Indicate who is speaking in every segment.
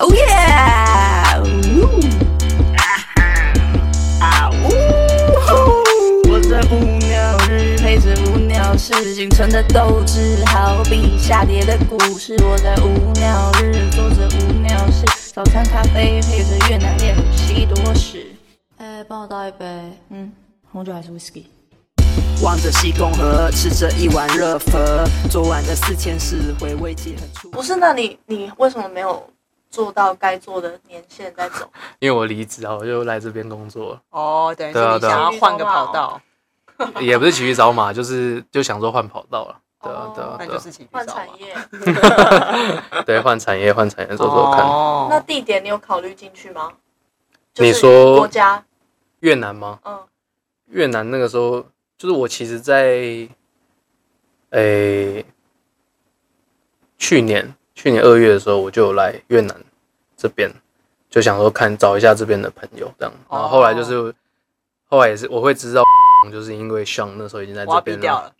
Speaker 1: Oh yeah! Woo! Ah, ooh! 我最无聊日陪着无聊事，仅存的斗志好比下跌的股市。我在无聊日做着无聊事，早餐咖啡配着越南炼乳西多士。哎，帮我倒一杯，嗯，红酒还是 whisky？
Speaker 2: 望着西宫河，吃着一碗热粉，昨晚的四千四回味记很出。
Speaker 1: 不是，那你你为什么没有做到该做的年限再走？
Speaker 3: 因为我离职啊，我就来这边工作了，
Speaker 4: 哦，等于
Speaker 3: 对
Speaker 4: 说
Speaker 3: 啊
Speaker 4: 你
Speaker 3: 对
Speaker 4: 想
Speaker 3: 啊
Speaker 4: 要换个跑道，
Speaker 3: 也不是骑驴找马，就是就想说换跑道了。对啊
Speaker 1: 哦
Speaker 3: 对啊
Speaker 4: 那
Speaker 3: 对
Speaker 4: 就
Speaker 3: 啊
Speaker 4: 是起
Speaker 1: 换产业？
Speaker 3: 对，换产业换产业走
Speaker 2: 哦
Speaker 3: 走看。
Speaker 4: 哦
Speaker 1: 那地点你有考虑进去吗？就
Speaker 3: 你
Speaker 1: 是
Speaker 3: 说
Speaker 1: 国家，
Speaker 3: 越南吗？
Speaker 1: 嗯，
Speaker 3: 越南那个时候，就是我其实在，诶、去年去年二月的时候，我就有来越南这边，就想说看找一下这边的朋友这样。然后后来就是，后来也是我会知道， 就是因为像那时候已经在
Speaker 4: 我
Speaker 3: 这
Speaker 4: 要逼
Speaker 3: 边
Speaker 4: 掉了，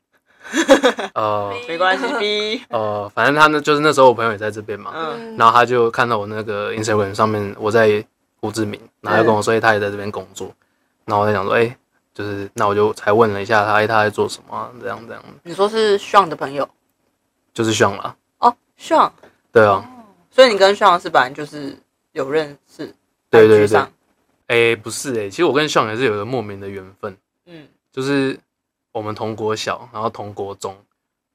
Speaker 1: 哦
Speaker 3: 呃
Speaker 4: 没关系，逼，
Speaker 3: 呃，反正他呢，就是那时候我朋友也在这边嘛，
Speaker 4: 嗯，
Speaker 3: 然后他就看到我那个 Instagram 上面我在胡志明，然后他就跟我说，哎、他也在这边工作，然后我在想说，哎、就是那我就才问了一下他，哎、他在做什么、啊？这样这样，
Speaker 4: 你说是 Sean 的朋友
Speaker 3: 就是像啦，
Speaker 4: 哦，Sean，
Speaker 3: 对
Speaker 4: 哦
Speaker 3: 啊，
Speaker 4: 所以你跟 Sean 是本来就是有认识，
Speaker 3: 对
Speaker 4: IG
Speaker 3: 对对，哎
Speaker 4: 上、
Speaker 3: 不是哎、其实我跟像也是有一个莫名的缘分，
Speaker 4: 嗯，
Speaker 3: 就是我们同国小，然后同国中，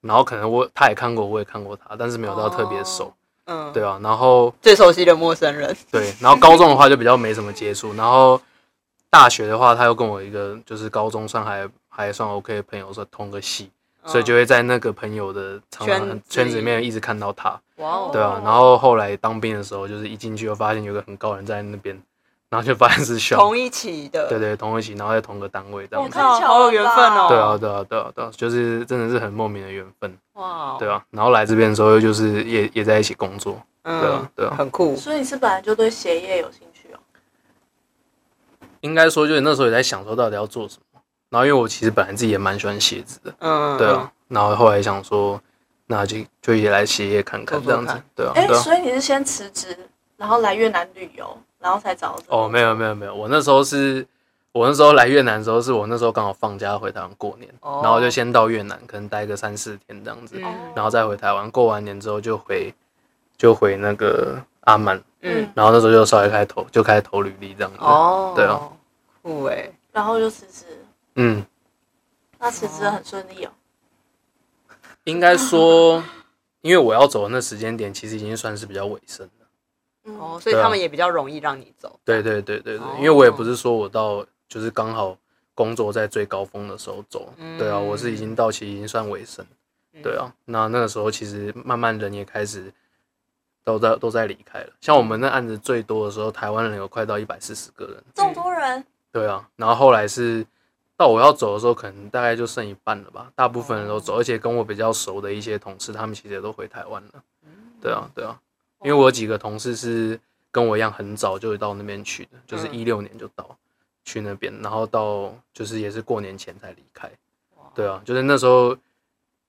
Speaker 3: 然后可能我他也看过，我也看过他，但是没有到特别熟，
Speaker 4: 嗯，
Speaker 3: 对，啊，然后
Speaker 4: 最熟悉的陌生人，
Speaker 3: 对，然后高中的话就比较没什么接触，然后大学的话，他又跟我一个就是高中算还还算 OK 的朋友说同个系，所以
Speaker 4: 嗯
Speaker 3: 就会在那个朋友的常常
Speaker 4: 圈子
Speaker 3: 圈子里
Speaker 4: 里
Speaker 3: 面一直看到他，
Speaker 4: 哇哦，
Speaker 3: 对啊，然后后来当兵的时候，就是一进去就发现有个很高的人在那边，然后就发现是小，
Speaker 4: 同一起的，
Speaker 3: 对对，同一起，然后在同个单位这
Speaker 1: 我
Speaker 3: 样子
Speaker 4: 看，哇好有缘分哦
Speaker 3: 对啊对啊对啊对啊，就是真的是很莫名的缘分，
Speaker 4: 哇，哦
Speaker 3: 对，啊，然后来这边的时候就是也也在一起工作，对
Speaker 4: 嗯
Speaker 3: 啊，对啊，
Speaker 4: 很酷，
Speaker 1: 所以你是本来就对鞋业有兴趣哦？
Speaker 3: 应该说就是那时候也在想说到底要做什么。然后因为我其实本来自己也蛮喜欢鞋子的，
Speaker 4: 嗯，
Speaker 3: 对啊。然后后来想说，那就就也来鞋业看看
Speaker 4: 做
Speaker 3: 这
Speaker 4: 做
Speaker 3: 样子
Speaker 4: 看，
Speaker 3: 对啊，
Speaker 1: 哎、
Speaker 3: 对啊。
Speaker 1: 所以你是先辞职，然后来越南旅游，然后才找到这个
Speaker 3: 哦，没有没有没有，我那时候是，我那时候来越南的时候，是我那时候刚好放假回台湾过年，
Speaker 4: 哦
Speaker 3: 然后就先到越南，可能待个三四天这样子，
Speaker 4: 嗯
Speaker 3: 然后再回台湾。过完年之后就回就回那个阿曼，
Speaker 4: 嗯，
Speaker 3: 然后那时候就稍微开始投，就开始投履历这样子。
Speaker 4: 哦，
Speaker 3: 对啊，
Speaker 4: 酷哎，
Speaker 1: 然后就辞职，
Speaker 3: 嗯，
Speaker 1: 那辞职得很顺利哦。
Speaker 3: 应该说，因为我要走的那时间点，其实已经算是比较尾声。
Speaker 1: 嗯，
Speaker 4: 哦，所以
Speaker 3: 对啊
Speaker 4: 他们也比较容易让你走，
Speaker 3: 对对对对对，
Speaker 4: 哦
Speaker 3: 因为我也不是说我到就是刚好工作在最高峰的时候走，
Speaker 4: 嗯
Speaker 3: 对啊，我是已经到期已经算尾声，
Speaker 4: 嗯
Speaker 3: 对，啊，那那个时候其实慢慢人也开始都在都在离开了，像我们那案子最多的时候，台湾人有快到一百四十个人，
Speaker 1: 这么多人，
Speaker 3: 对啊，然后后来是到我要走的时候，可能大概就剩一半了吧，大部分人都
Speaker 4: 哦
Speaker 3: 走，而且跟我比较熟的一些同事，他们其实也都回台湾了，
Speaker 4: 嗯
Speaker 3: 对啊对啊，因为我有几个同事是跟我一样很早就到那边去的，就是
Speaker 4: 嗯
Speaker 3: 一六年就到、去那边，然后到就是也是过年前才离开，对啊，就是那时候。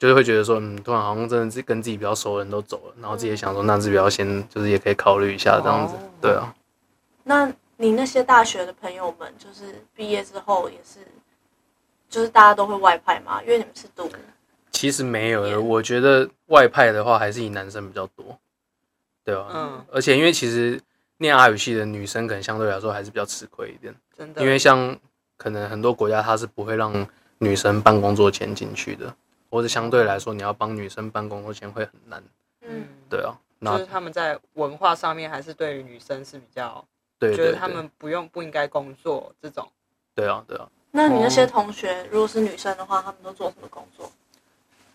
Speaker 3: 就是会觉得说，嗯，突然好像真的是跟自己比较熟的人都走了，然后自己也想说，那自己要先就是也可以考虑一下这样子
Speaker 4: 哦，
Speaker 3: 对啊，
Speaker 1: 那你那些大学的朋友们，就是毕业之后也是，就是大家都会外派嘛，因为你们是读
Speaker 3: 其实没有耶，
Speaker 1: Yeah
Speaker 3: 我觉得外派的话还是以男生比较多，对吧、
Speaker 4: 嗯，
Speaker 3: 而且因为其实念阿语系的女生可能相对来说还是比较吃亏一点，
Speaker 4: 真的，
Speaker 3: 因为像可能很多国家它是不会让女生办工作签进去的，或者相对来说你要帮女生办工作签会很难，
Speaker 1: 嗯，
Speaker 3: 对啊，那
Speaker 4: 就是他们在文化上面还是对于女生是比较
Speaker 3: 对
Speaker 4: 觉
Speaker 3: 对
Speaker 4: 得他
Speaker 3: 对，
Speaker 4: 们不用不应该工作这种。
Speaker 3: 对啊对啊，
Speaker 1: 那你那些同学如果是女生的话，他们都做什么工作？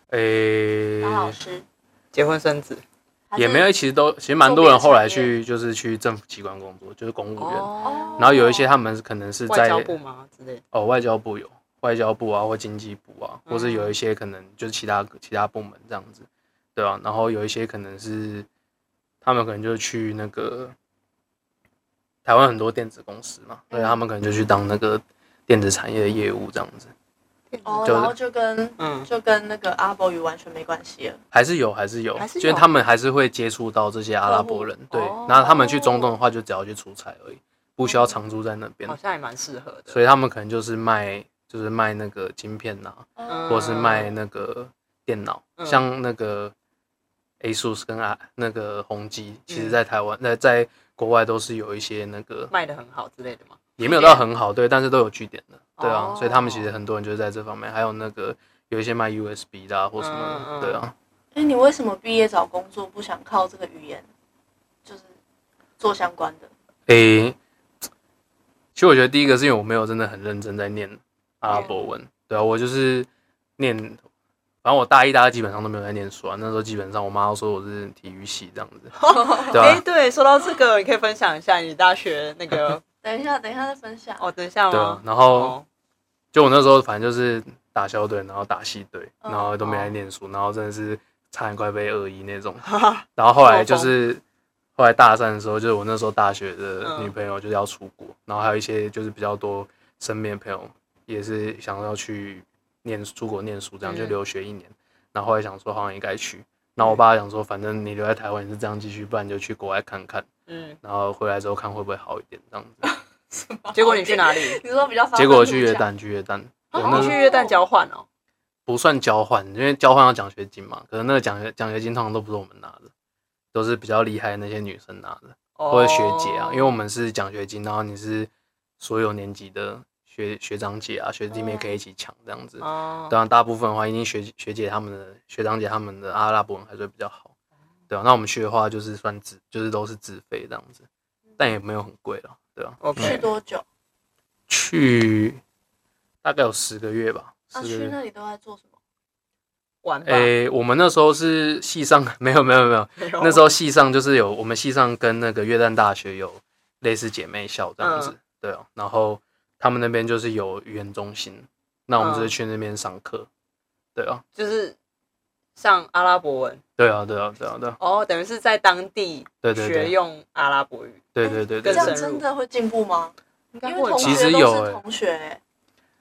Speaker 3: 诶、
Speaker 1: 当老师？
Speaker 4: 结婚生子
Speaker 1: 还是
Speaker 3: 嗯也没有，其实都其实蛮多人后来去就是去政府机关工作，就是公务员，
Speaker 1: 哦
Speaker 3: 然后有一些他们可能是
Speaker 4: 外
Speaker 3: 在
Speaker 4: 交部吗之类的？
Speaker 3: 哦，外交部有外交部啊，或经济部啊，或是有
Speaker 4: 嗯
Speaker 3: 一些可能就是其他其他部门这样子，对啊，然后有一些可能是他们可能就去那个台湾很多电子公司嘛，对，他们可能就去当那个电子产业的业务这样子，
Speaker 1: 哦，
Speaker 3: 就
Speaker 1: 然后就跟
Speaker 4: 嗯，
Speaker 1: 就跟那个阿伯语完全没关系了。
Speaker 3: 还是有，还是有，
Speaker 4: 还是有
Speaker 3: 就是他们还是会接触到这些阿拉伯人，
Speaker 1: 客
Speaker 3: 对
Speaker 1: 户哦，
Speaker 3: 然后他们去中东的话，就只要去出差而已，不需要常住在那边
Speaker 4: 哦好，像也蛮适合的。
Speaker 3: 嗯所以他们可能就是卖，就是卖那个晶片啊呐、
Speaker 1: 嗯
Speaker 3: 或者是卖那个电脑，
Speaker 4: 嗯
Speaker 3: 像那个 ASUS 跟啊那个宏基，其实在台湾，在在国外都是有一些那个
Speaker 4: 嗯卖的很好之类的嘛。
Speaker 3: 也没有到很好，对，但是都有据点的，对啊，
Speaker 4: 哦
Speaker 3: 所以他们其实很多人就是在这方面，还有那个有一些卖 USB 的、啊、或什么的，
Speaker 4: 嗯嗯
Speaker 3: 对啊，
Speaker 1: 哎，你为什么毕业找工作不想靠这个语言，就是做相关的？
Speaker 3: 诶、其实我觉得第一个是因为我没有真的很认真在念阿拉伯文，对啊，我就是念，反正我大一、大二基本上都没有在念书啊，那时候基本上我妈都说我是体育系这样 子，对
Speaker 4: 哎、
Speaker 3: 啊，
Speaker 4: 对，说到这个，你可以分享一下你大学那个
Speaker 1: 等一下，等一下再分享。
Speaker 4: 哦，等一下
Speaker 3: 对啊
Speaker 4: 吗，？
Speaker 3: 然后
Speaker 4: 哦，
Speaker 3: 就我那时候反正就是打校队，然后打系队，
Speaker 1: 嗯
Speaker 3: 然后都没来念
Speaker 4: 哦
Speaker 3: 书，然后真的是差点快被恶意 那种。然后后来就是后来大三的时候，就是我那时候大学的
Speaker 4: 嗯
Speaker 3: 女朋友就是要出国，然后还有一些就是比较多身边的朋友也是想要去念出国念书，这样
Speaker 4: 嗯
Speaker 3: 就留学一年。然后后来想说好像也该去，然后我爸想说反正你留在台湾也是这样继续，不然就去国外看看，
Speaker 4: 嗯，
Speaker 3: 然后回来之后看会不会好一点这样 子。
Speaker 4: 结果你去哪里？
Speaker 1: 你说比较发
Speaker 3: 结果我
Speaker 1: 愤
Speaker 3: 去
Speaker 1: 图
Speaker 3: 约
Speaker 1: 强，
Speaker 3: 旦，去约旦。对
Speaker 1: 哦
Speaker 3: 那
Speaker 4: 你
Speaker 3: 时候
Speaker 4: 去约旦交换哦。
Speaker 3: 不算交换，因为交换要奖学金嘛。可是那个奖学奖学金通常都不是我们拿的，都是比较厉害的那些女生拿的，
Speaker 4: 哦
Speaker 3: 或者学姐啊。因为我们是奖学金，然后你是所有年级的学学长姐啊、学弟妹可以一起抢这样子。
Speaker 4: 哦，
Speaker 3: 当然，大部分的话，一定学学姐他们的学长姐他们的阿拉伯文还是会比较好，
Speaker 1: 哦
Speaker 3: 对啊，那我们去的话，就是算自，就是都是自费这样子，
Speaker 1: 嗯
Speaker 3: 但也没有很贵了，对啊。
Speaker 1: 去
Speaker 4: OK，
Speaker 1: 多久？
Speaker 3: 去大概有十个月吧，十
Speaker 1: 啊，
Speaker 3: 个月
Speaker 1: 去。那里都在做什么？
Speaker 4: 玩吧。哦
Speaker 3: 诶、我们那时候是系上 没有没有没有，那时
Speaker 4: 候
Speaker 3: 候系上就是有我们系上跟那个约旦大学有类似姐妹校这样子，
Speaker 4: 嗯
Speaker 3: 对哦。然后他们那边就是有语言中心，那我们
Speaker 4: 嗯
Speaker 3: 就是去那边上课，对啊，
Speaker 4: 就是上阿拉伯文
Speaker 3: 对啊，对啊，对啊，对啊，
Speaker 4: 哦，等于是在当地
Speaker 3: 对对
Speaker 4: 学
Speaker 3: 对，
Speaker 4: 用阿拉伯语，
Speaker 3: 对对对
Speaker 1: 这
Speaker 4: 更
Speaker 3: 对
Speaker 1: 样
Speaker 3: 对。
Speaker 4: 深入
Speaker 1: 真的会进步吗？因
Speaker 4: 应该
Speaker 1: 为
Speaker 4: 会吧
Speaker 1: 同
Speaker 3: 其实
Speaker 1: 学
Speaker 3: 有
Speaker 1: 都
Speaker 3: 欸
Speaker 1: 是同学欸，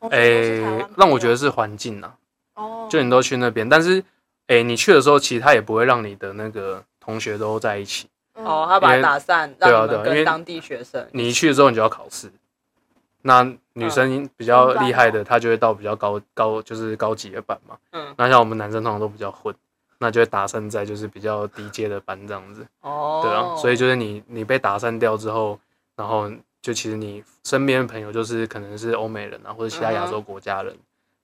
Speaker 1: 同学都是
Speaker 3: 诶、
Speaker 1: 台湾朋友
Speaker 3: 让我觉得是环境啊，
Speaker 1: 哦，
Speaker 3: 就你都去那边，但是诶、你去的时候，其实他也不会让你的那个同学都在一起，
Speaker 1: 嗯
Speaker 4: 哦，他把它打散，
Speaker 3: 对
Speaker 4: 让
Speaker 3: 啊
Speaker 4: 你
Speaker 3: 对啊
Speaker 4: 们
Speaker 3: 因为
Speaker 4: 跟当地学生
Speaker 3: 你一去了之后你就要考试。那女
Speaker 4: 嗯
Speaker 3: 生比较厉害的，她就会到比较高高，就是高级的班嘛。
Speaker 4: 嗯
Speaker 3: 那像我们男生通常都比较混，那就会打散在就是比较低阶的班这样子，
Speaker 4: 哦，
Speaker 3: 对啊。所以就是你你被打散掉之后，然后就其实你身边的朋友就是可能是欧美人啊，或者其他亚洲国家人，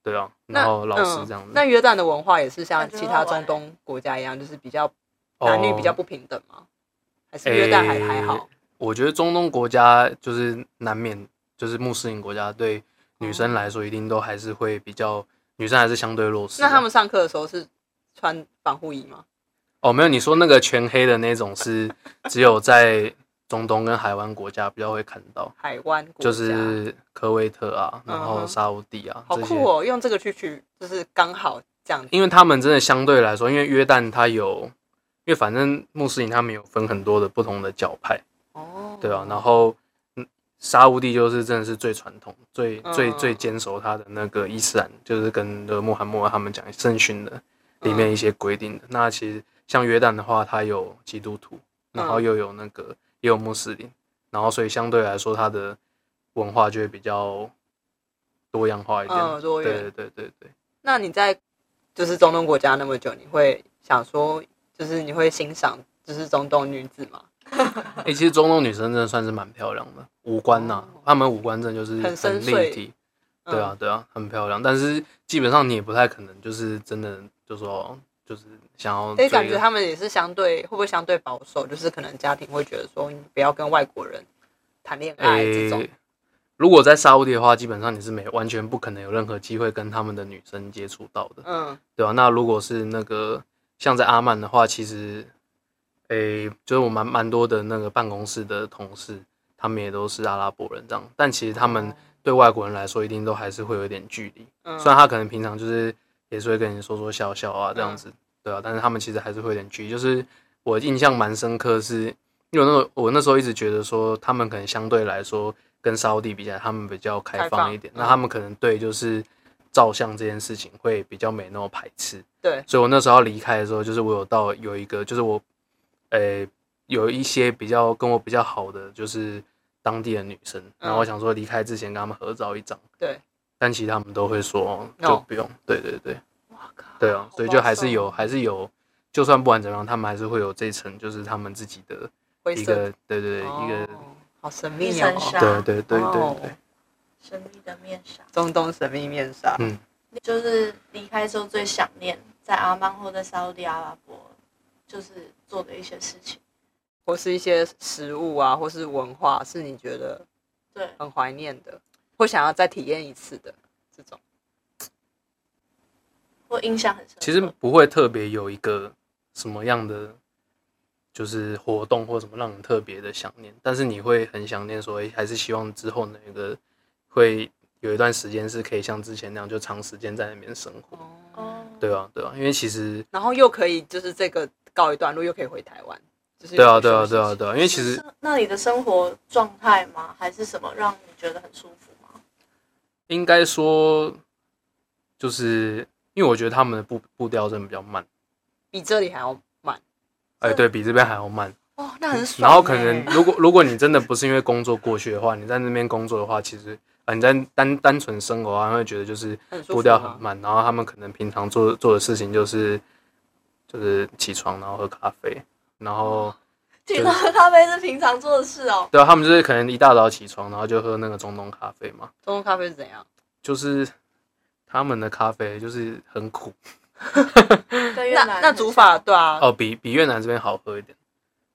Speaker 3: 对啊。
Speaker 4: 嗯那
Speaker 3: 然后老师
Speaker 4: 嗯
Speaker 3: 这样子，
Speaker 4: 那约旦的文化也是像
Speaker 1: 感觉
Speaker 4: 其他
Speaker 1: 好玩
Speaker 4: 中东国家一样，就是比较
Speaker 3: 哦
Speaker 4: 男女比较不平等吗？还是约旦还
Speaker 3: 诶
Speaker 4: 还好？
Speaker 3: 我觉得中东国家就是难免就是穆斯林国家对女生来说一定都还是会比较。女生还是相对弱势啊、
Speaker 4: 那他们上课的时候是穿防护衣吗？
Speaker 3: 哦，没有，你说那个全黑的那种 是只有在中东跟海湾国家比较会看到，
Speaker 4: 海湾国家
Speaker 3: 就是科威特啊，然
Speaker 4: 嗯
Speaker 3: 后
Speaker 4: 哼
Speaker 3: 沙烏地啊、
Speaker 4: 好
Speaker 3: 这些，
Speaker 4: 酷哦，用这个去取就是刚好这样子
Speaker 3: 因为他们真的相对来说，因为约旦它有，因为反正穆斯林他们有分很多的不同的教派，
Speaker 4: 哦，
Speaker 3: 对啊，然后嗯，沙烏地就是真的是最传统、最最
Speaker 4: 嗯
Speaker 3: 最坚守他的那个伊斯兰，就是跟那个穆罕默德他们讲圣训
Speaker 4: 嗯
Speaker 3: 的里面一些规定的。那其实像约旦的话，它有基督徒，然后
Speaker 4: 嗯
Speaker 3: 又有那个也有穆斯林，然后所以相对来说，它的文化就会比较多样化一点。
Speaker 4: 嗯多元
Speaker 3: 对对对对对。
Speaker 4: 那你在就是中东国家那么久，你会想说，就是你会欣赏就是中东女子吗？
Speaker 3: 哎、其实中东女生真的算是蛮漂亮的，五官呐、
Speaker 4: 哦
Speaker 3: 她们五官真的就是
Speaker 4: 很深
Speaker 3: 立
Speaker 4: 邃
Speaker 3: 体。
Speaker 4: 嗯
Speaker 3: 对啊，，对啊，很漂亮，但是基本上你也不太可能就是真的就说就是想要
Speaker 4: 所
Speaker 3: 追
Speaker 4: 以哎感觉
Speaker 3: 个
Speaker 4: 他们也是相对会不会相对保守，就是可能家庭会觉得说你不要跟外国人谈恋爱这种。
Speaker 3: 诶哎如果在沙烏地的话，基本上你是没完全不可能有任何机会跟他们的女生接触到的，
Speaker 4: 嗯，
Speaker 3: 对啊，那如果是那个像在阿曼的话，其实诶、就是我蛮蛮多的那个办公室的同事，他们也都是阿拉伯人这样，但其实他
Speaker 4: 哦
Speaker 3: 们对外国人来说，一定都还是会有一点距离。
Speaker 4: 嗯
Speaker 3: 虽然他可能平常就是也是会跟你说说笑笑啊
Speaker 4: 嗯
Speaker 3: 这样子，对啊，但是他们其实还是会有点距离。就是我印象蛮深刻是，因为我那时候我那时候一直觉得说，他们可能相对来说跟沙烏地比起来，他们比较开
Speaker 4: 开
Speaker 3: 放
Speaker 4: 放
Speaker 3: 一点，
Speaker 4: 嗯
Speaker 3: 那他们可能对就是照相这件事情会比较没那么排斥。
Speaker 4: 对，
Speaker 3: 所以我那时候要离开的时候，就是我有到有一个，就是我，呃、有一些比较跟我比较好的，就是当地的女生，然后我想说离开之前跟她们合照一张，
Speaker 4: 嗯对，嗯哦
Speaker 3: 但其实她们都会说
Speaker 4: No
Speaker 3: 就不用，对对对，
Speaker 1: 哇靠，
Speaker 3: 对啊，所以就还是有，
Speaker 1: 好
Speaker 4: 哦
Speaker 1: 保守
Speaker 3: 还是有，就算不管怎么样，他们还是会有这一层，就是他们自己的
Speaker 4: 灰
Speaker 3: 一
Speaker 4: 色的
Speaker 3: 个，对对对，一个，
Speaker 4: 哦好神
Speaker 1: 一
Speaker 4: 秘
Speaker 1: 层
Speaker 4: 哦，
Speaker 1: 纱，
Speaker 3: 对对对对
Speaker 4: 哦
Speaker 3: 对，
Speaker 1: 神秘的面纱，
Speaker 4: 中东神秘面纱，
Speaker 3: 嗯
Speaker 1: 就是离开之后最想念在阿曼或在沙烏地阿拉伯，就是做的一些事情。
Speaker 4: 或是一些食物啊，或是文化，是你觉得
Speaker 1: 对，
Speaker 3: 啊
Speaker 4: 很怀念的，或想要再体验一次的这种。
Speaker 1: 我印象很深刻。
Speaker 3: 其实不会特别有一个什么样的就是活动或什么让你特别的想念，但是你会很想念说，诶还是希望之后那个会有一段时间是可以像之前那样，就长时间在那边生活。
Speaker 1: 哦，
Speaker 3: 对啊，对啊，因为其实
Speaker 4: 嗯然后又可以就是这个告一段落，又可以回台湾，就是
Speaker 3: 对啊，
Speaker 4: 有这
Speaker 3: 对
Speaker 4: 种事
Speaker 3: 啊，对啊，
Speaker 4: 情
Speaker 3: 对啊，因为其实
Speaker 1: 是那里的生活状态吗？还是什么让你觉得很舒服吗？
Speaker 3: 应该说，就是因为我觉得他们的步步调真的比较慢，
Speaker 4: 比这里还要慢
Speaker 3: 哎、
Speaker 1: 是
Speaker 3: 对比这边还要慢。
Speaker 4: 哦，那很爽欸。
Speaker 3: 嗯然后可能如果如果你真的不是因为工作过去的话，你在那边工作的话，其实啊你在单单纯生活啊，会觉得就是
Speaker 4: 很舒服
Speaker 3: 步调
Speaker 4: 吗
Speaker 3: 很慢，然后他们可能平常做做的事情就是就是起床，然后喝咖啡，然后
Speaker 1: 听到咖啡是平常做的事 哦。
Speaker 3: 对啊，他们就是可能一大早起床，然后就喝那个中东咖啡嘛，
Speaker 4: 中东咖啡是怎样？
Speaker 3: 就是他们的咖啡就是很苦
Speaker 1: 跟越
Speaker 4: 那
Speaker 1: 南
Speaker 4: 那
Speaker 1: 很
Speaker 4: 煮
Speaker 1: 像
Speaker 4: 法对啊，
Speaker 3: 哦，比比越南这边好喝一点。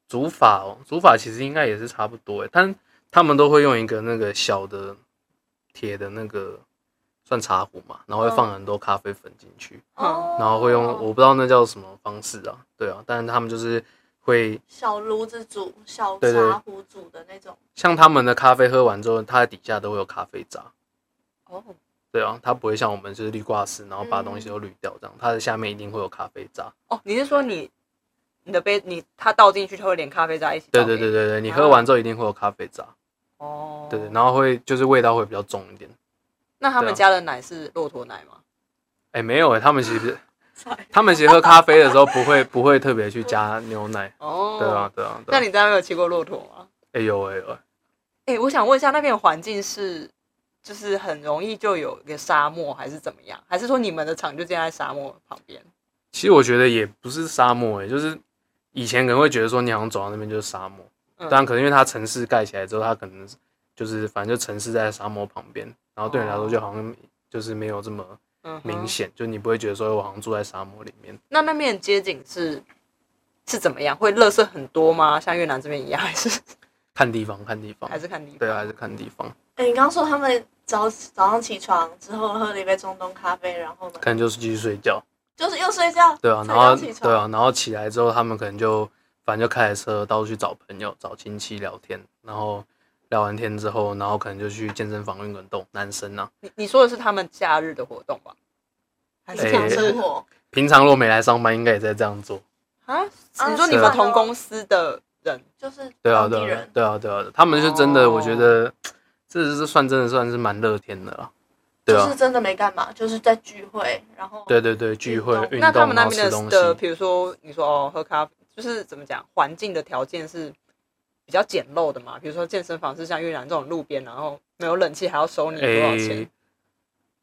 Speaker 3: 煮法哦，煮法其实应该也是差不多诶，但他们都会用一个那个小的铁的那个算茶壶嘛，然后会放很多咖啡粉进去，
Speaker 4: 嗯
Speaker 1: 哦，
Speaker 3: 然后会用我不知道那叫什么方式啊，对啊，但是他们就是会
Speaker 1: 小炉子煮、小
Speaker 3: 对对
Speaker 1: 茶壶煮的那种，
Speaker 3: 像他们的咖啡喝完之后，它的底下都会有咖啡渣，
Speaker 4: 哦，
Speaker 3: 对啊，它不会像我们就是滤挂式，然后把东西都滤掉这样，它的下面一定会有咖啡渣，
Speaker 4: 哦，你是说你你的杯你它倒进去，它会连咖啡渣一起倒
Speaker 3: 对
Speaker 4: 给
Speaker 3: 对
Speaker 4: 你？
Speaker 3: 对对对，你喝完之后一定会有咖啡渣，
Speaker 4: 哦，
Speaker 3: 对对，然后会就是味道会比较重一点。
Speaker 4: 那他
Speaker 3: 对
Speaker 4: 们
Speaker 3: 啊
Speaker 4: 家的奶是骆驼奶吗？
Speaker 3: 哎、没有哎、他们其 实 他们其实喝咖啡的时候不会不会特别去加牛奶，
Speaker 4: 哦，
Speaker 3: 对啊。对啊对
Speaker 4: 那
Speaker 3: 啊。
Speaker 4: 你在那边有骑过骆驼吗？
Speaker 3: 哎呦哎呦，
Speaker 4: 哎，我想问一下，那边的环境是就是很容易就有一个沙漠，还是怎么样？还是说你们的厂就建在沙漠旁边？
Speaker 3: 其实我觉得也不是沙漠哎、就是以前可能会觉得说你好像走到那边就是沙漠，
Speaker 4: 嗯
Speaker 3: 当然可能因为它城市盖起来之后，它可能就是反正就城市在沙漠旁边，然后对你来说就好像就是没有这么
Speaker 4: 哦嗯哼
Speaker 3: 明显，就你不会觉得说我好像住在沙漠里面。
Speaker 4: 那那边的街景是是怎么样？会垃圾很多吗？像越南这边一样，还是
Speaker 3: 看地方，看地方
Speaker 4: 还，是看地方？
Speaker 3: 对啊，还是看地方，
Speaker 1: 哎、你刚刚说他们早早上起床之后喝了一杯中东咖啡，然后呢，
Speaker 3: 可能就是继续睡觉。
Speaker 1: 就是又睡觉，
Speaker 3: 对啊，
Speaker 1: 才
Speaker 3: 然后
Speaker 1: 刚起
Speaker 3: 对啊
Speaker 1: 床，
Speaker 3: 然后起来之后，他们可能就反正就开着车到处去找朋友、找亲戚聊天，然后聊完天之后，然后可能就去健身房运动。男生啊，
Speaker 4: 你你说的是他们假日的活动吧？还是
Speaker 1: 平
Speaker 3: 哎
Speaker 1: 常
Speaker 4: 平
Speaker 1: 生
Speaker 4: 时
Speaker 1: 活，
Speaker 3: 平常如果没来上班，应该也在这样做。
Speaker 4: 啊？
Speaker 1: 啊
Speaker 4: 你说你
Speaker 3: 是
Speaker 4: 们
Speaker 3: 啊
Speaker 4: 同公司的人
Speaker 1: 就是
Speaker 3: 对啊，
Speaker 1: 当
Speaker 3: 对
Speaker 1: 地
Speaker 3: 啊
Speaker 1: 人，，
Speaker 3: 对啊，对啊，他们是真的，
Speaker 4: 哦
Speaker 3: 我觉得这是算真的算是蛮乐天的啦。对
Speaker 1: 就是
Speaker 3: 啊，
Speaker 1: 真的没干嘛，就是在聚会，然后
Speaker 3: 对对对，聚会
Speaker 1: 运动
Speaker 3: 运
Speaker 4: 那他
Speaker 3: 动，
Speaker 4: 们那
Speaker 3: 然后吃
Speaker 4: 边
Speaker 3: 东
Speaker 4: 的
Speaker 3: 西。
Speaker 4: 的，比如说你说哦，喝咖啡，就是怎么讲，环境的条件是比较简陋的嘛？比如说健身房是像越南这种路边，然后没有冷气，还要收你多少钱？
Speaker 3: 诶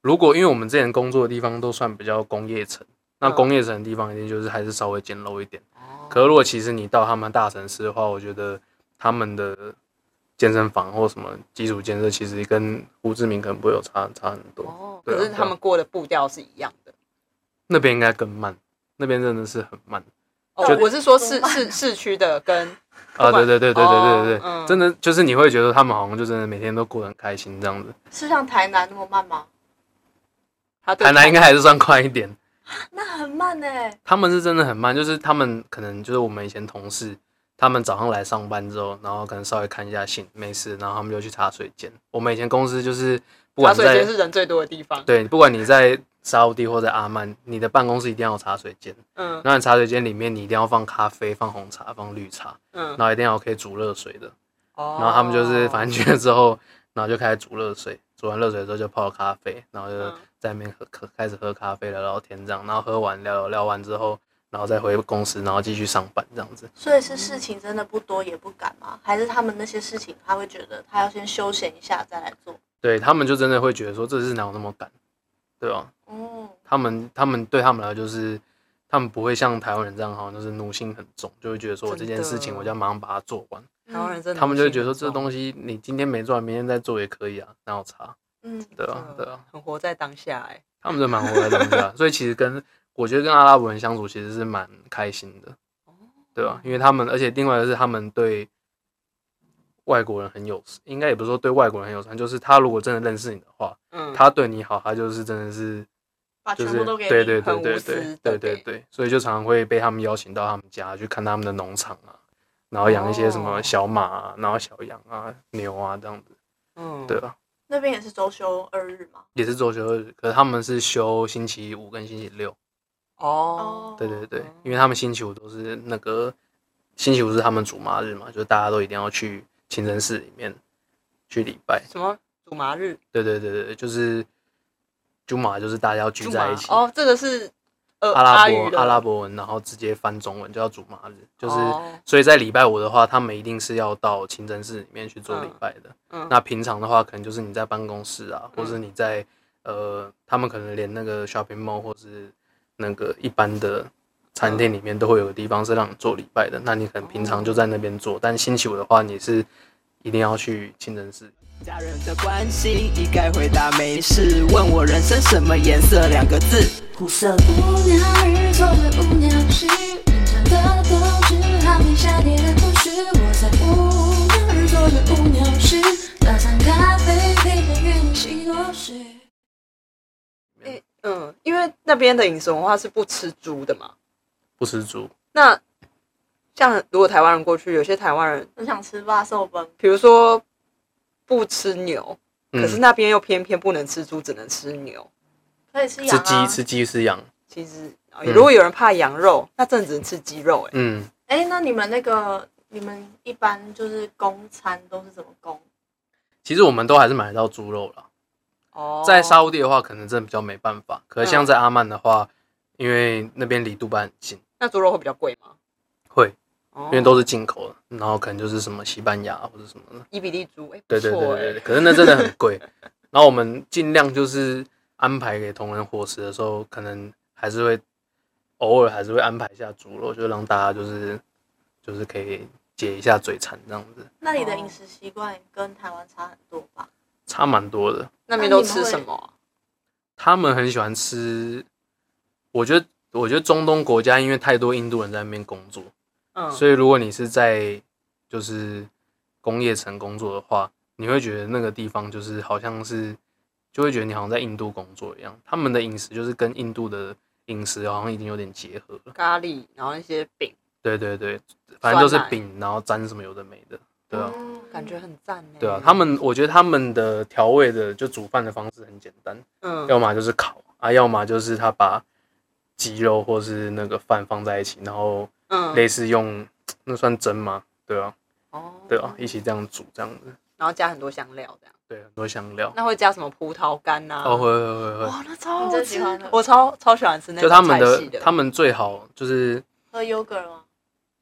Speaker 3: 如果因为我们之前工作的地方都算比较工业城，那
Speaker 4: 嗯
Speaker 3: 工业城的地方一定就是还是稍微简陋一点。
Speaker 4: 哦
Speaker 3: 可是如果其实你到他们大城市的话，我觉得他们的健身房或什么基础建设，其实跟胡志明可能不会有差差很多。
Speaker 4: 哦，
Speaker 3: 对啊
Speaker 4: 可是他们过的步调是一样的。
Speaker 3: 那边应该更慢，那边真的是很慢。
Speaker 4: 哦
Speaker 1: 就，
Speaker 4: 我是说
Speaker 1: 多
Speaker 4: 市
Speaker 1: 慢
Speaker 4: 市市区的跟
Speaker 3: 啊，
Speaker 4: 不
Speaker 3: 对
Speaker 4: 管
Speaker 3: 对对对对对对，
Speaker 4: 哦嗯
Speaker 3: 真的就是你会觉得他们好像就真的每天都过得很开心这样子。
Speaker 1: 是像台南那么慢吗？
Speaker 4: 他对
Speaker 3: 台南应该还是算快一点，
Speaker 1: 那很慢呢、
Speaker 3: 他们是真的很慢，就是他们可能就是我们以前同事，他们早上来上班之后，然后可能稍微看一下信，没事，然后他们就去茶水间。我们以前公司就是不
Speaker 4: 茶
Speaker 3: 管
Speaker 4: 水
Speaker 3: 在
Speaker 4: 间是人最多的地方。
Speaker 3: 对，不管你在沙烏地或者阿曼，你的办公室一定要有茶水间。
Speaker 4: 嗯
Speaker 3: 那你茶水间里面，你一定要放咖啡、放红茶、放绿茶，
Speaker 4: 嗯
Speaker 3: 然，后一定要有可以煮热水的。
Speaker 4: 然哦
Speaker 3: 然后他们就是反正去了之后，然后就开始煮热水，煮完热水之后就泡了咖啡，然后就
Speaker 4: 嗯
Speaker 3: 在那边喝喝开始喝咖啡聊聊天这样，然后喝完聊聊完之后，然后再回公司，然后继续上班这样子。
Speaker 1: 所以是事情真的不多也不赶吗？还是他们那些事情他会觉得他要先休闲一下再来做？
Speaker 3: 对他们就真的会觉得说这事哪有那么赶，对吧、
Speaker 1: 哦，
Speaker 3: 他们他们对他们来说就是，他们不会像台湾人这样，好像就是奴性很重，就会觉得说我
Speaker 4: 真
Speaker 3: 这件事情
Speaker 4: 的
Speaker 3: 我就要马上把它做完。
Speaker 4: 台湾人真的
Speaker 3: 他们就会觉得
Speaker 4: 奴
Speaker 3: 说
Speaker 4: 性
Speaker 3: 这
Speaker 4: 很重
Speaker 3: 东西你今天没做完，明天再做也可以啊，哪有差？
Speaker 1: 嗯，
Speaker 3: 对啊
Speaker 4: 真，的
Speaker 3: 对啊，
Speaker 4: 很活在当下哎、
Speaker 3: 他们就蛮活在当下，啊所以其实跟我觉得跟阿拉伯人相处其实是蛮开心的，
Speaker 4: 哦
Speaker 3: 对吧、因为他们，而且另外一个是他们对外国人很友善，应该也不是说对外国人很友善，就是他如果真的认识你的话，
Speaker 4: 嗯，
Speaker 3: 他对你好，他就是真的是
Speaker 1: 把
Speaker 3: 就
Speaker 1: 全
Speaker 3: 是
Speaker 1: 部都给你。
Speaker 3: 对对
Speaker 4: 很
Speaker 3: 对
Speaker 4: 无
Speaker 3: 对
Speaker 4: 私
Speaker 3: 对
Speaker 4: 地
Speaker 3: 对对
Speaker 4: 给
Speaker 3: 对，所以就常常会被他们邀请到他们家去看他们的农场啊，然后养一些什么
Speaker 4: 哦
Speaker 3: 小马啊，然后小羊啊、牛啊这样子，
Speaker 4: 嗯
Speaker 3: 对啊，
Speaker 1: 那边也是周休二日嘛。
Speaker 3: 也是周休二日，可是他们是休星期五跟星期六，
Speaker 4: 哦，
Speaker 3: 对对对，因为他们星期五都是那个星期五是他们主妈日嘛，就是大家都一定要去清真寺里面去礼拜，
Speaker 4: 什么祖麻日
Speaker 3: 对对对对，就是朱马就是大家要聚
Speaker 4: 祖
Speaker 3: 在
Speaker 4: 麻
Speaker 3: 一起，
Speaker 4: 哦，这个是呃
Speaker 3: 阿拉
Speaker 4: 语
Speaker 3: 伯
Speaker 4: 的
Speaker 3: 阿拉伯文，然后直接翻中文就叫主麻日，就是、
Speaker 4: 哦
Speaker 3: 所以在礼拜五的话，他们一定是要到清真寺里面去做礼拜的。
Speaker 4: 嗯
Speaker 3: 那平常的话，可能就是你在办公室啊，或是你在呃，他们可能连那个 shopping mall 或是那个一般的餐
Speaker 4: 嗯
Speaker 3: 厅里面都会有个地方是让你做礼拜的。那你可能平常就在那边做，但星期五的话，你是一定要去清真寺。
Speaker 2: 家人的关心一概回答没事，问我人生什么颜色两个字，苦涩
Speaker 5: 无聊日做的无聊事，认真的都是好比下跌的故事。我在无聊日做的无聊事，打上咖啡配着月西落水。
Speaker 4: 嗯，因为那边的饮食文化是不吃猪的嘛。
Speaker 3: 不吃猪，
Speaker 4: 那像如果台湾人过去，有些台湾人，
Speaker 1: 我想吃巴寿崩，
Speaker 4: 比如说不吃牛，
Speaker 3: 嗯
Speaker 4: 可是那边又偏偏不能吃猪，只能吃牛。
Speaker 1: 可以吃
Speaker 3: 嗯吃
Speaker 1: 羊
Speaker 3: 鸡
Speaker 1: 啊。
Speaker 3: 吃鸡吃羊，
Speaker 4: 其实，呃
Speaker 3: 嗯
Speaker 4: 如果有人怕羊肉，那真的只能吃鸡肉、欸。
Speaker 3: 嗯，
Speaker 1: 哎，那你们那个你们一般就是供餐都是怎么供？
Speaker 3: 其实我们都还是买得到猪肉啦。
Speaker 4: 哦
Speaker 3: 在沙烏地的话，可能真的比较没办法。可是像
Speaker 4: 嗯
Speaker 3: 在阿曼的话，因为那边离杜拜很近，
Speaker 4: 那猪肉会比较贵吗？
Speaker 3: 会
Speaker 4: 哦
Speaker 3: 因为都是进口的，然后可能就是什么西班牙或者什么的。
Speaker 4: 伊比利猪，哎、不
Speaker 3: 对对对
Speaker 4: 错、
Speaker 3: 对对
Speaker 4: 欸，
Speaker 3: 对，可是那真的很贵。 然后我们尽量就是安排给同仁伙食的时候，可能还是会偶尔还是会安排一下猪肉，就让大家就是就是可以解一下嘴馋这样子，
Speaker 1: 那里的
Speaker 4: 哦
Speaker 1: 饮食习惯跟台湾差很多吧？
Speaker 3: 差蛮多的。
Speaker 4: 那边都吃什么啊、
Speaker 3: 他们很喜欢吃，我觉得我觉得中东国家因为太多印度人在那边工作，
Speaker 4: 嗯，
Speaker 3: 所以如果你是在就是工业城工作的话，你会觉得那个地方就是好像是，就会觉得你好像在印度工作一样。他们的饮食就是跟印度的饮食好像已经有点结合了。
Speaker 4: 咖喱，然后一些饼，
Speaker 3: 对对对，反正都是
Speaker 4: 酸奶
Speaker 3: 饼，然后沾什么有的没的，对啊。
Speaker 1: 嗯
Speaker 4: 感觉很赞呢、
Speaker 3: 对啊，他们我觉得他们的调味的就煮饭的方式很简单，
Speaker 4: 嗯
Speaker 3: 要么就是烤啊，要么就是他把鸡肉或是那个饭放在一起，然后
Speaker 4: 嗯
Speaker 3: 类似用那算蒸吗？对啊，
Speaker 4: 哦
Speaker 3: 对啊，一起这样煮这样子，
Speaker 4: 然后加很多香料这样。
Speaker 3: 对，很多香料。
Speaker 4: 那会加什么葡萄干啊呐、
Speaker 3: 哦，会会会会，
Speaker 4: 哇，那超
Speaker 1: 你
Speaker 4: 好
Speaker 1: 最
Speaker 4: 吃
Speaker 1: 喜欢的
Speaker 4: 我超超喜欢吃那
Speaker 3: 就
Speaker 4: 种
Speaker 3: 他们
Speaker 4: 菜系
Speaker 3: 的
Speaker 4: 的，
Speaker 3: 他们最好就是
Speaker 1: 喝 yogurt 吗？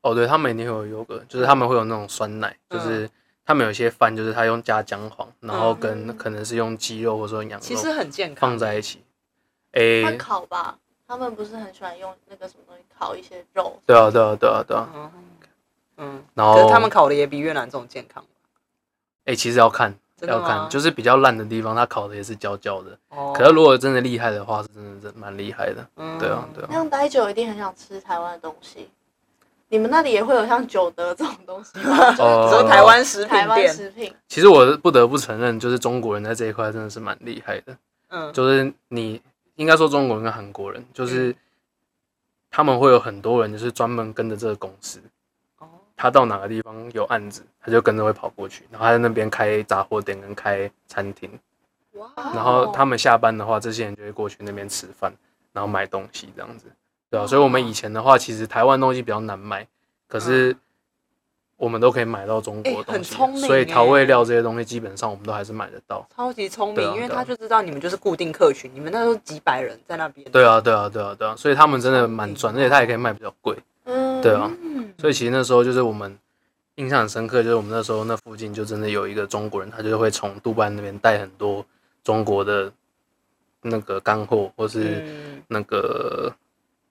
Speaker 3: 哦，对他们一定会有优格，就是他们会有那种酸奶，
Speaker 4: 嗯
Speaker 3: 就是他们有些饭就是他用加姜黄，然后跟可能是用鸡肉或者说羊
Speaker 4: 嗯其实
Speaker 3: 肉
Speaker 4: 很健康，
Speaker 3: 放在一起。诶，
Speaker 1: 会烤吧？他们不是很喜欢用那个什么东西烤一些肉？
Speaker 3: 对啊对啊对啊对啊，
Speaker 4: 嗯嗯，
Speaker 3: 然
Speaker 4: 可
Speaker 3: 后
Speaker 4: 是他们烤的也比越南这种健康。
Speaker 3: 诶，其实要看
Speaker 4: 真的
Speaker 3: 要
Speaker 4: 吗
Speaker 3: 看，就是比较烂的地方，它烤的也是焦焦的。
Speaker 4: 哦
Speaker 3: 可是如果真的厉害的话，是真的真的蛮厉害的。
Speaker 4: 嗯
Speaker 3: 对啊对
Speaker 1: 那
Speaker 3: 啊，
Speaker 1: 样待久一定很想吃台湾的东西。你们那里也会有像九德这种东西吗？就是
Speaker 3: 哦
Speaker 4: 你说台湾食
Speaker 1: 台
Speaker 4: 品
Speaker 1: 湾
Speaker 4: 店，
Speaker 1: 食品，
Speaker 3: 其实我不得不承认，就是中国人在这一块真的是蛮厉害的。
Speaker 4: 嗯，
Speaker 3: 就是你应该说中国人跟韩国人，就是他们会有很多人就是专门跟着这个公司，
Speaker 4: 哦
Speaker 3: 他到哪个地方有案子，他就跟着会跑过去，然后他在那边开杂货店跟开餐厅，
Speaker 4: 哇，
Speaker 3: 然
Speaker 4: 哦
Speaker 3: 后他们下班的话，这些人就会过去那边吃饭，然后买东西
Speaker 4: 哦
Speaker 3: 这样子，对啊，所以我们以前的话，其实台湾东西比较难买，可是我们都可以买到中国
Speaker 4: 哎
Speaker 3: 的东
Speaker 4: 嗯很
Speaker 3: 西，
Speaker 4: 聪明
Speaker 3: 所以调
Speaker 4: 哎
Speaker 3: 味料这些东西基本上我们都还是买得到。
Speaker 4: 超级聪明
Speaker 3: 对，啊
Speaker 4: 因为
Speaker 3: 对啊
Speaker 4: 他就知道你们就是固定客群，你们那时候几百人在那边。
Speaker 3: 对啊，对啊，对啊，对啊，所以他们真的蛮赚，
Speaker 4: 聪明
Speaker 3: 而且它也可以卖比较贵。
Speaker 1: 嗯，
Speaker 3: 对啊，
Speaker 4: 嗯，
Speaker 3: 所以其实那时候就是我们印象很深刻，就是我们那时候那附近就真的有一个中国人，他就会从杜拜那边带很多中国的那个干货，或是
Speaker 4: 嗯，
Speaker 3: 那个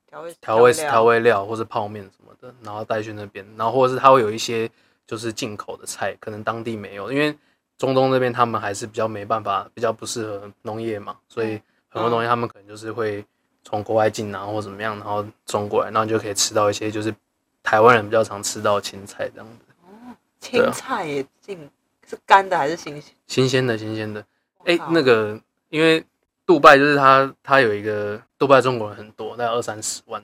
Speaker 4: 调味
Speaker 3: 调味
Speaker 4: 料
Speaker 3: 调味料，或是泡面什么的，然后带去那边，然后或者是他会有一些就是进口的菜，可能当地没有，因为中东那边他们还是比较没办法，比较不适合农业嘛，所以
Speaker 4: 嗯
Speaker 3: 很多东西他们可能就是会从国外进啊，或怎么样，然后送过来，然后你就可以吃到一些就是台湾人比较常吃到的青菜这样子，对
Speaker 4: 青
Speaker 3: 啊
Speaker 4: 菜也进，是干的还是新鲜？
Speaker 3: 新鲜的新鲜的。哎、
Speaker 4: 靠
Speaker 3: 那个因为杜拜就是它它有一个杜拜中国人很多，大概二三十万，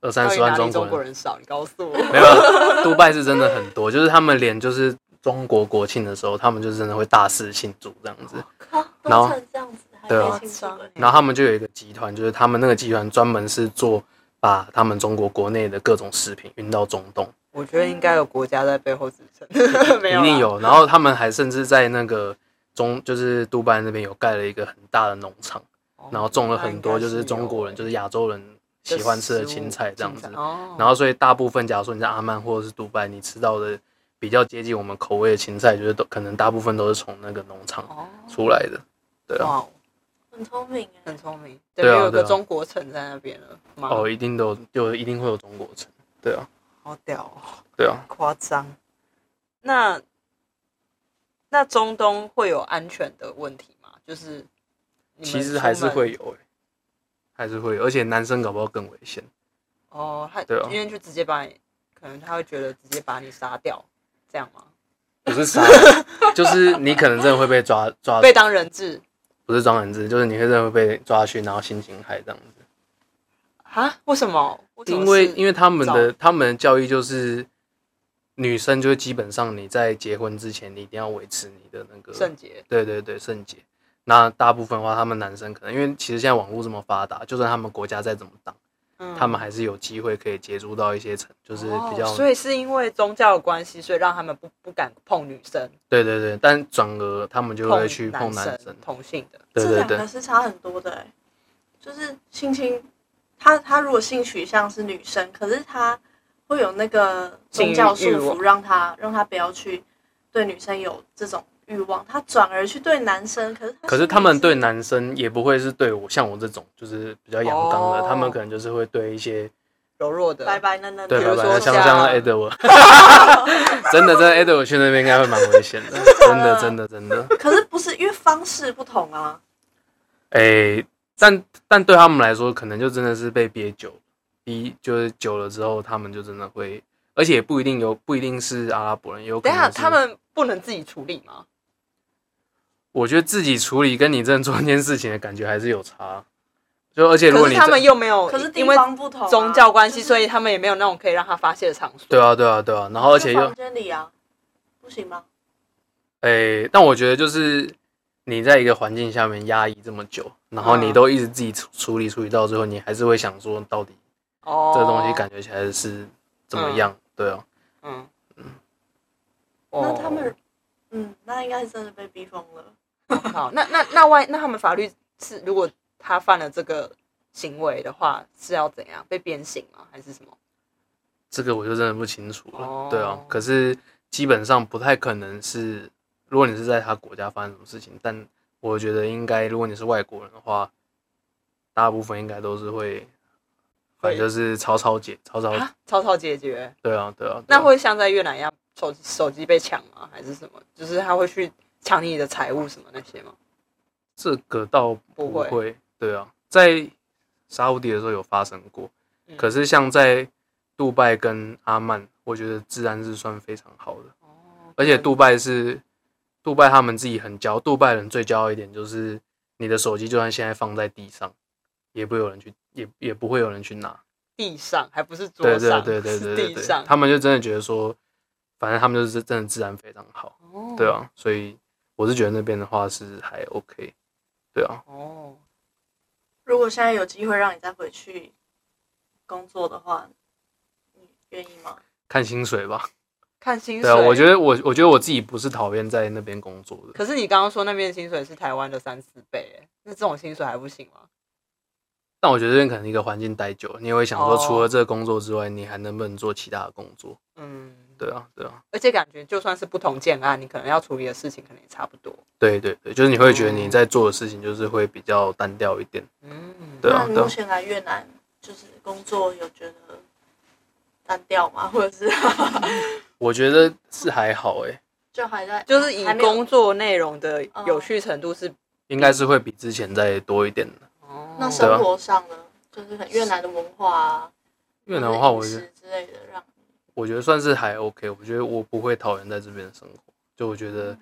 Speaker 3: 二三
Speaker 4: 到
Speaker 3: 十
Speaker 4: 底哪
Speaker 3: 万
Speaker 4: 里
Speaker 3: 中国
Speaker 4: 中
Speaker 3: 人
Speaker 4: 国人少，你告诉我。
Speaker 3: 没有，杜拜是真的很多，就是他们连就是中国国庆的时候，他们就是真的会大肆庆祝这样子。
Speaker 4: 哦
Speaker 1: 靠嗯都
Speaker 3: 然后
Speaker 1: 成这样子，还
Speaker 3: 对啊
Speaker 1: 没清楚了
Speaker 3: 然后他们就有一个集团，就是他们那个集团专门是做把他们中国国内的各种食品运到中东，
Speaker 4: 我觉得应该有国家在背后支撑， 没有啦
Speaker 3: 一定。有。然后他们还甚至在那个中，就是杜拜那边有盖了一个很大的农场，
Speaker 4: 哦
Speaker 3: 然后种了很
Speaker 4: 那
Speaker 3: 多
Speaker 4: 应
Speaker 3: 就
Speaker 4: 该
Speaker 3: 是中国人，
Speaker 4: 有
Speaker 3: 就是亚洲人喜欢吃的青菜这样子
Speaker 4: 青。菜哦，
Speaker 3: 然后所以大部分，假如说你在阿曼或者是杜拜，你吃到的比较接近我们口味的芹菜，就是都可能大部分都是从那个农场
Speaker 4: 哦
Speaker 3: 出来的。对啊，
Speaker 4: 哇，
Speaker 1: 很聪明哎
Speaker 4: 很，聪明，
Speaker 3: 对
Speaker 4: 对，
Speaker 3: 啊
Speaker 4: 有一
Speaker 3: 对啊
Speaker 4: 个中国城在那边了，蛮
Speaker 3: 哦，一定都有，就一定会有中国城。对啊，
Speaker 4: 好屌哦，
Speaker 3: 对啊，
Speaker 4: 夸张。那那中东会有安全的问题吗？就是你们
Speaker 3: 其实还
Speaker 4: 出
Speaker 3: 是
Speaker 4: 门
Speaker 3: 会有、欸，还是会有，而且男生搞不好更危险。
Speaker 4: 哦，他
Speaker 3: 对啊
Speaker 4: 因为就直接把你，可能他会觉得直接把你杀掉，这样吗？
Speaker 3: 不是杀， 就是你可能真的会被 抓抓，
Speaker 4: 被当人质
Speaker 3: 不是装人质，就是你会真的会被抓去，然后性侵害这样子。
Speaker 4: 啊？为什么？
Speaker 3: 因为因
Speaker 4: 为
Speaker 3: 为他们的
Speaker 4: 早
Speaker 3: 他们的教育就是，女生就是基本上你在结婚之前，你一定要维持你的那个
Speaker 4: 圣洁
Speaker 3: 对对对圣洁。那大部分的话，他们男生可能因为其实现在网络这么发达，就算他们国家再怎么挡，
Speaker 4: 嗯
Speaker 3: 他们还是有机会可以接触到一些成，就是比较、
Speaker 4: 哦所以是因为宗教的关系，所以让他们不不敢碰女生，
Speaker 3: 对对对，但转而他们就会
Speaker 4: 碰
Speaker 3: 去碰男
Speaker 4: 生
Speaker 3: 生，
Speaker 4: 同性的。
Speaker 3: 对
Speaker 1: 这
Speaker 3: 对
Speaker 1: 两
Speaker 3: 对
Speaker 1: 个，是差很多的、欸，就是性侵，他他如果性取向是女生，可是他会有那个宗教束
Speaker 4: 性欲
Speaker 1: 缚，
Speaker 4: 望
Speaker 1: 让他让他不要去对女生有这种欲望，他转而去对男生，可是
Speaker 3: 可是他们对
Speaker 1: 女生
Speaker 3: 男生也不会是对我像我这种就是比较阳刚的，
Speaker 4: 哦
Speaker 3: 他们可能就是会对一些
Speaker 4: 柔弱的，
Speaker 1: 白白嫩嫩的，
Speaker 3: 对
Speaker 4: 比
Speaker 3: 白
Speaker 4: 如
Speaker 3: 白
Speaker 4: 说
Speaker 3: 的香
Speaker 4: 像
Speaker 3: 香的 Edward，真的真的 Edward 去那边应该会蛮危险的，真的真的真的。
Speaker 1: 可是不是因为方式不同啊，
Speaker 3: 诶、但但对他们来说，可能就真的是被憋久，逼就是久了之后，他们就真的会，而且也不一定有，不一定是阿拉伯人，也有可
Speaker 4: 等一
Speaker 3: 能
Speaker 4: 下
Speaker 3: 是
Speaker 4: 他，们不能自己处理吗？
Speaker 3: 我觉得自己处理跟你真的做一件事情的感觉还是有差。就而且如
Speaker 4: 可
Speaker 3: 果你
Speaker 4: 是他
Speaker 3: 真
Speaker 4: 们又没
Speaker 3: 哦
Speaker 4: 有，
Speaker 1: 可是地
Speaker 4: 因为
Speaker 1: 方不同啊、
Speaker 4: 宗教关系，
Speaker 1: 就是
Speaker 4: 所以他们也没有那种可以让他发泄的场所。
Speaker 3: 对啊对啊对啊，然后而且
Speaker 1: 就
Speaker 3: 又
Speaker 1: 房间里啊，不行吗？
Speaker 3: 诶、但我觉得就是你在一个环境下面压抑这么久，然后你
Speaker 4: 嗯
Speaker 3: 都一直自己处处理处理到最后，你还是会想说到底
Speaker 4: 哦，
Speaker 3: 啊这东西感觉起来是怎么
Speaker 4: 嗯
Speaker 3: 样？对啊，
Speaker 4: 嗯嗯。
Speaker 1: 那
Speaker 4: 哦
Speaker 1: 他们，嗯，那应该是真的被逼疯了。
Speaker 4: 好，那那那万一那他们法律是，如果他犯了这个行为的话，是要怎样被鞭刑吗？还是什么？
Speaker 3: 这个我就真的不清楚了。
Speaker 4: 哦
Speaker 3: 对啊，可是基本上不太可能是，如果你是在他国家发生什么事情，但我觉得应该，如果你是外国人的话，大部分应该都是会，反正就是草草解，草草。
Speaker 4: 啊，草草解决，
Speaker 3: 哦对啊，对啊。对啊
Speaker 4: 那会像在越南一样，手手机被抢吗？还是什么？就是他会去抢你的财物什么那些吗？
Speaker 3: 这个倒
Speaker 4: 不
Speaker 3: 会。
Speaker 4: 会
Speaker 3: 对啊，在沙乌地的时候有发生过，
Speaker 4: 嗯
Speaker 3: 可是像在杜拜跟阿曼，我觉得治安是算非常好的。
Speaker 4: 哦
Speaker 3: 而且杜拜是杜拜，他们自己很骄傲，杜拜人最骄傲一点就是你的手机就算现在放在地上，也不会有人去，也也不会有人去拿。
Speaker 4: 地上还不是桌
Speaker 3: 对对
Speaker 4: 上，
Speaker 3: 对对对
Speaker 4: 是
Speaker 3: 对
Speaker 4: 地
Speaker 3: 对
Speaker 4: 上，。
Speaker 3: 他们就真的觉得说，反正他们就是真的治安非常好，
Speaker 4: 哦
Speaker 3: 对啊，所以我是觉得那边的话是还 OK，对啊，
Speaker 4: 哦，
Speaker 1: 如果现在有机会让你再回去工作的话，你愿意吗？
Speaker 3: 看薪水吧，
Speaker 4: 看薪水。
Speaker 3: 对啊，我觉得我我觉得我自己不是讨厌在那边工作的，
Speaker 4: 可是你刚刚说那边薪水是台湾的三四倍，哎，那这种薪水还不行吗？
Speaker 3: 但我觉得这边可能一个环境待久了，你也会想说，
Speaker 4: 哦
Speaker 3: 除了这个工作之外，你还能不能做其他的工作？
Speaker 4: 嗯，
Speaker 3: 对啊，对啊，
Speaker 4: 而且感觉就算是不同建案，你可能要处理的事情可能也差不多。
Speaker 3: 对对对，就是你会觉得
Speaker 1: 嗯
Speaker 3: 你在做的事情就是会比较单调一点。
Speaker 4: 嗯，
Speaker 3: 对啊
Speaker 1: 那你
Speaker 3: 对啊
Speaker 1: 目前来越南就是工作有觉得单调吗？ 或者是
Speaker 3: 我觉得是还好诶、
Speaker 1: 就还在
Speaker 4: 就是以
Speaker 1: 还没有
Speaker 4: 工作内容的有趣程度是
Speaker 3: 应该是会比之前再多一点的。
Speaker 4: 哦，
Speaker 1: 那
Speaker 3: 是对啊
Speaker 1: 生活上呢？就是很越南的文化啊，
Speaker 3: 越南的话，
Speaker 1: 或
Speaker 3: 我
Speaker 1: 者
Speaker 3: 觉
Speaker 1: 饮
Speaker 3: 得
Speaker 1: 食之类的，让
Speaker 3: 我觉得算是还 OK，我觉得我不会讨厌在这边生活，就我觉
Speaker 1: 嗯
Speaker 3: 得，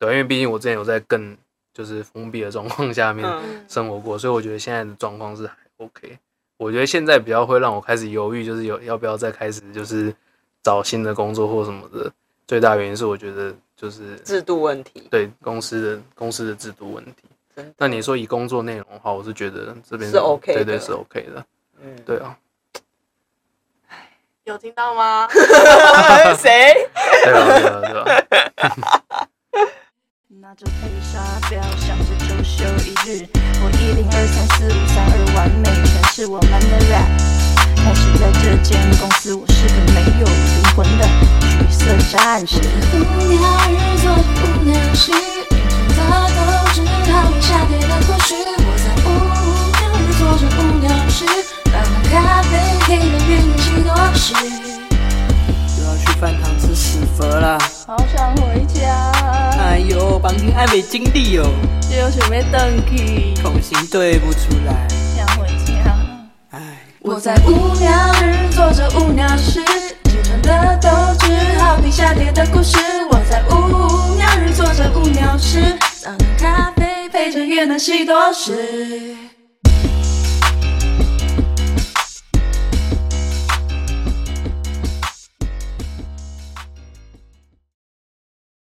Speaker 3: 对啊，因为毕竟我之前有在更就是封闭的状况下面
Speaker 4: 嗯
Speaker 1: 嗯
Speaker 3: 生活过，所以我觉得现在的状况是还 OK。我觉得现在比较会让我开始犹豫，就是有要不要再开始就是找新的工作或什么的。最大原因是我觉得就是
Speaker 4: 制度问题，
Speaker 3: 对公司的公司的制度问题。
Speaker 4: 真的
Speaker 3: 那你说以工作内容的话，我是觉得这边
Speaker 4: 是 OK
Speaker 3: 对
Speaker 4: 的
Speaker 3: 对是 OK 的，
Speaker 4: 嗯，
Speaker 3: 对啊，
Speaker 1: 有听到吗？
Speaker 4: 谁？
Speaker 3: 对啊，对啊，对啊，
Speaker 6: 拿着飞沙表，想着周休一日。我一零二三四五三二，完美诠释我们的 rap。但是在这间公司，我是个没有灵魂的橘色战士。
Speaker 5: 无聊日做无聊事，眼前的都是好比下跌的故事。我在无聊日做着无聊事，打上咖啡，黑的运气多事。
Speaker 2: 又要去饭堂吃屎佛啦！
Speaker 6: 好想回家，
Speaker 2: 哎呦，房间还没经历哦，
Speaker 6: 又准备登去，
Speaker 2: 口型对不出来。
Speaker 6: 想回家。
Speaker 2: 哎，
Speaker 5: 我在无聊日做着无聊事，青春的斗志好比下跌的故事。我在无聊日做着无聊事，打上咖啡，陪着越南西多士。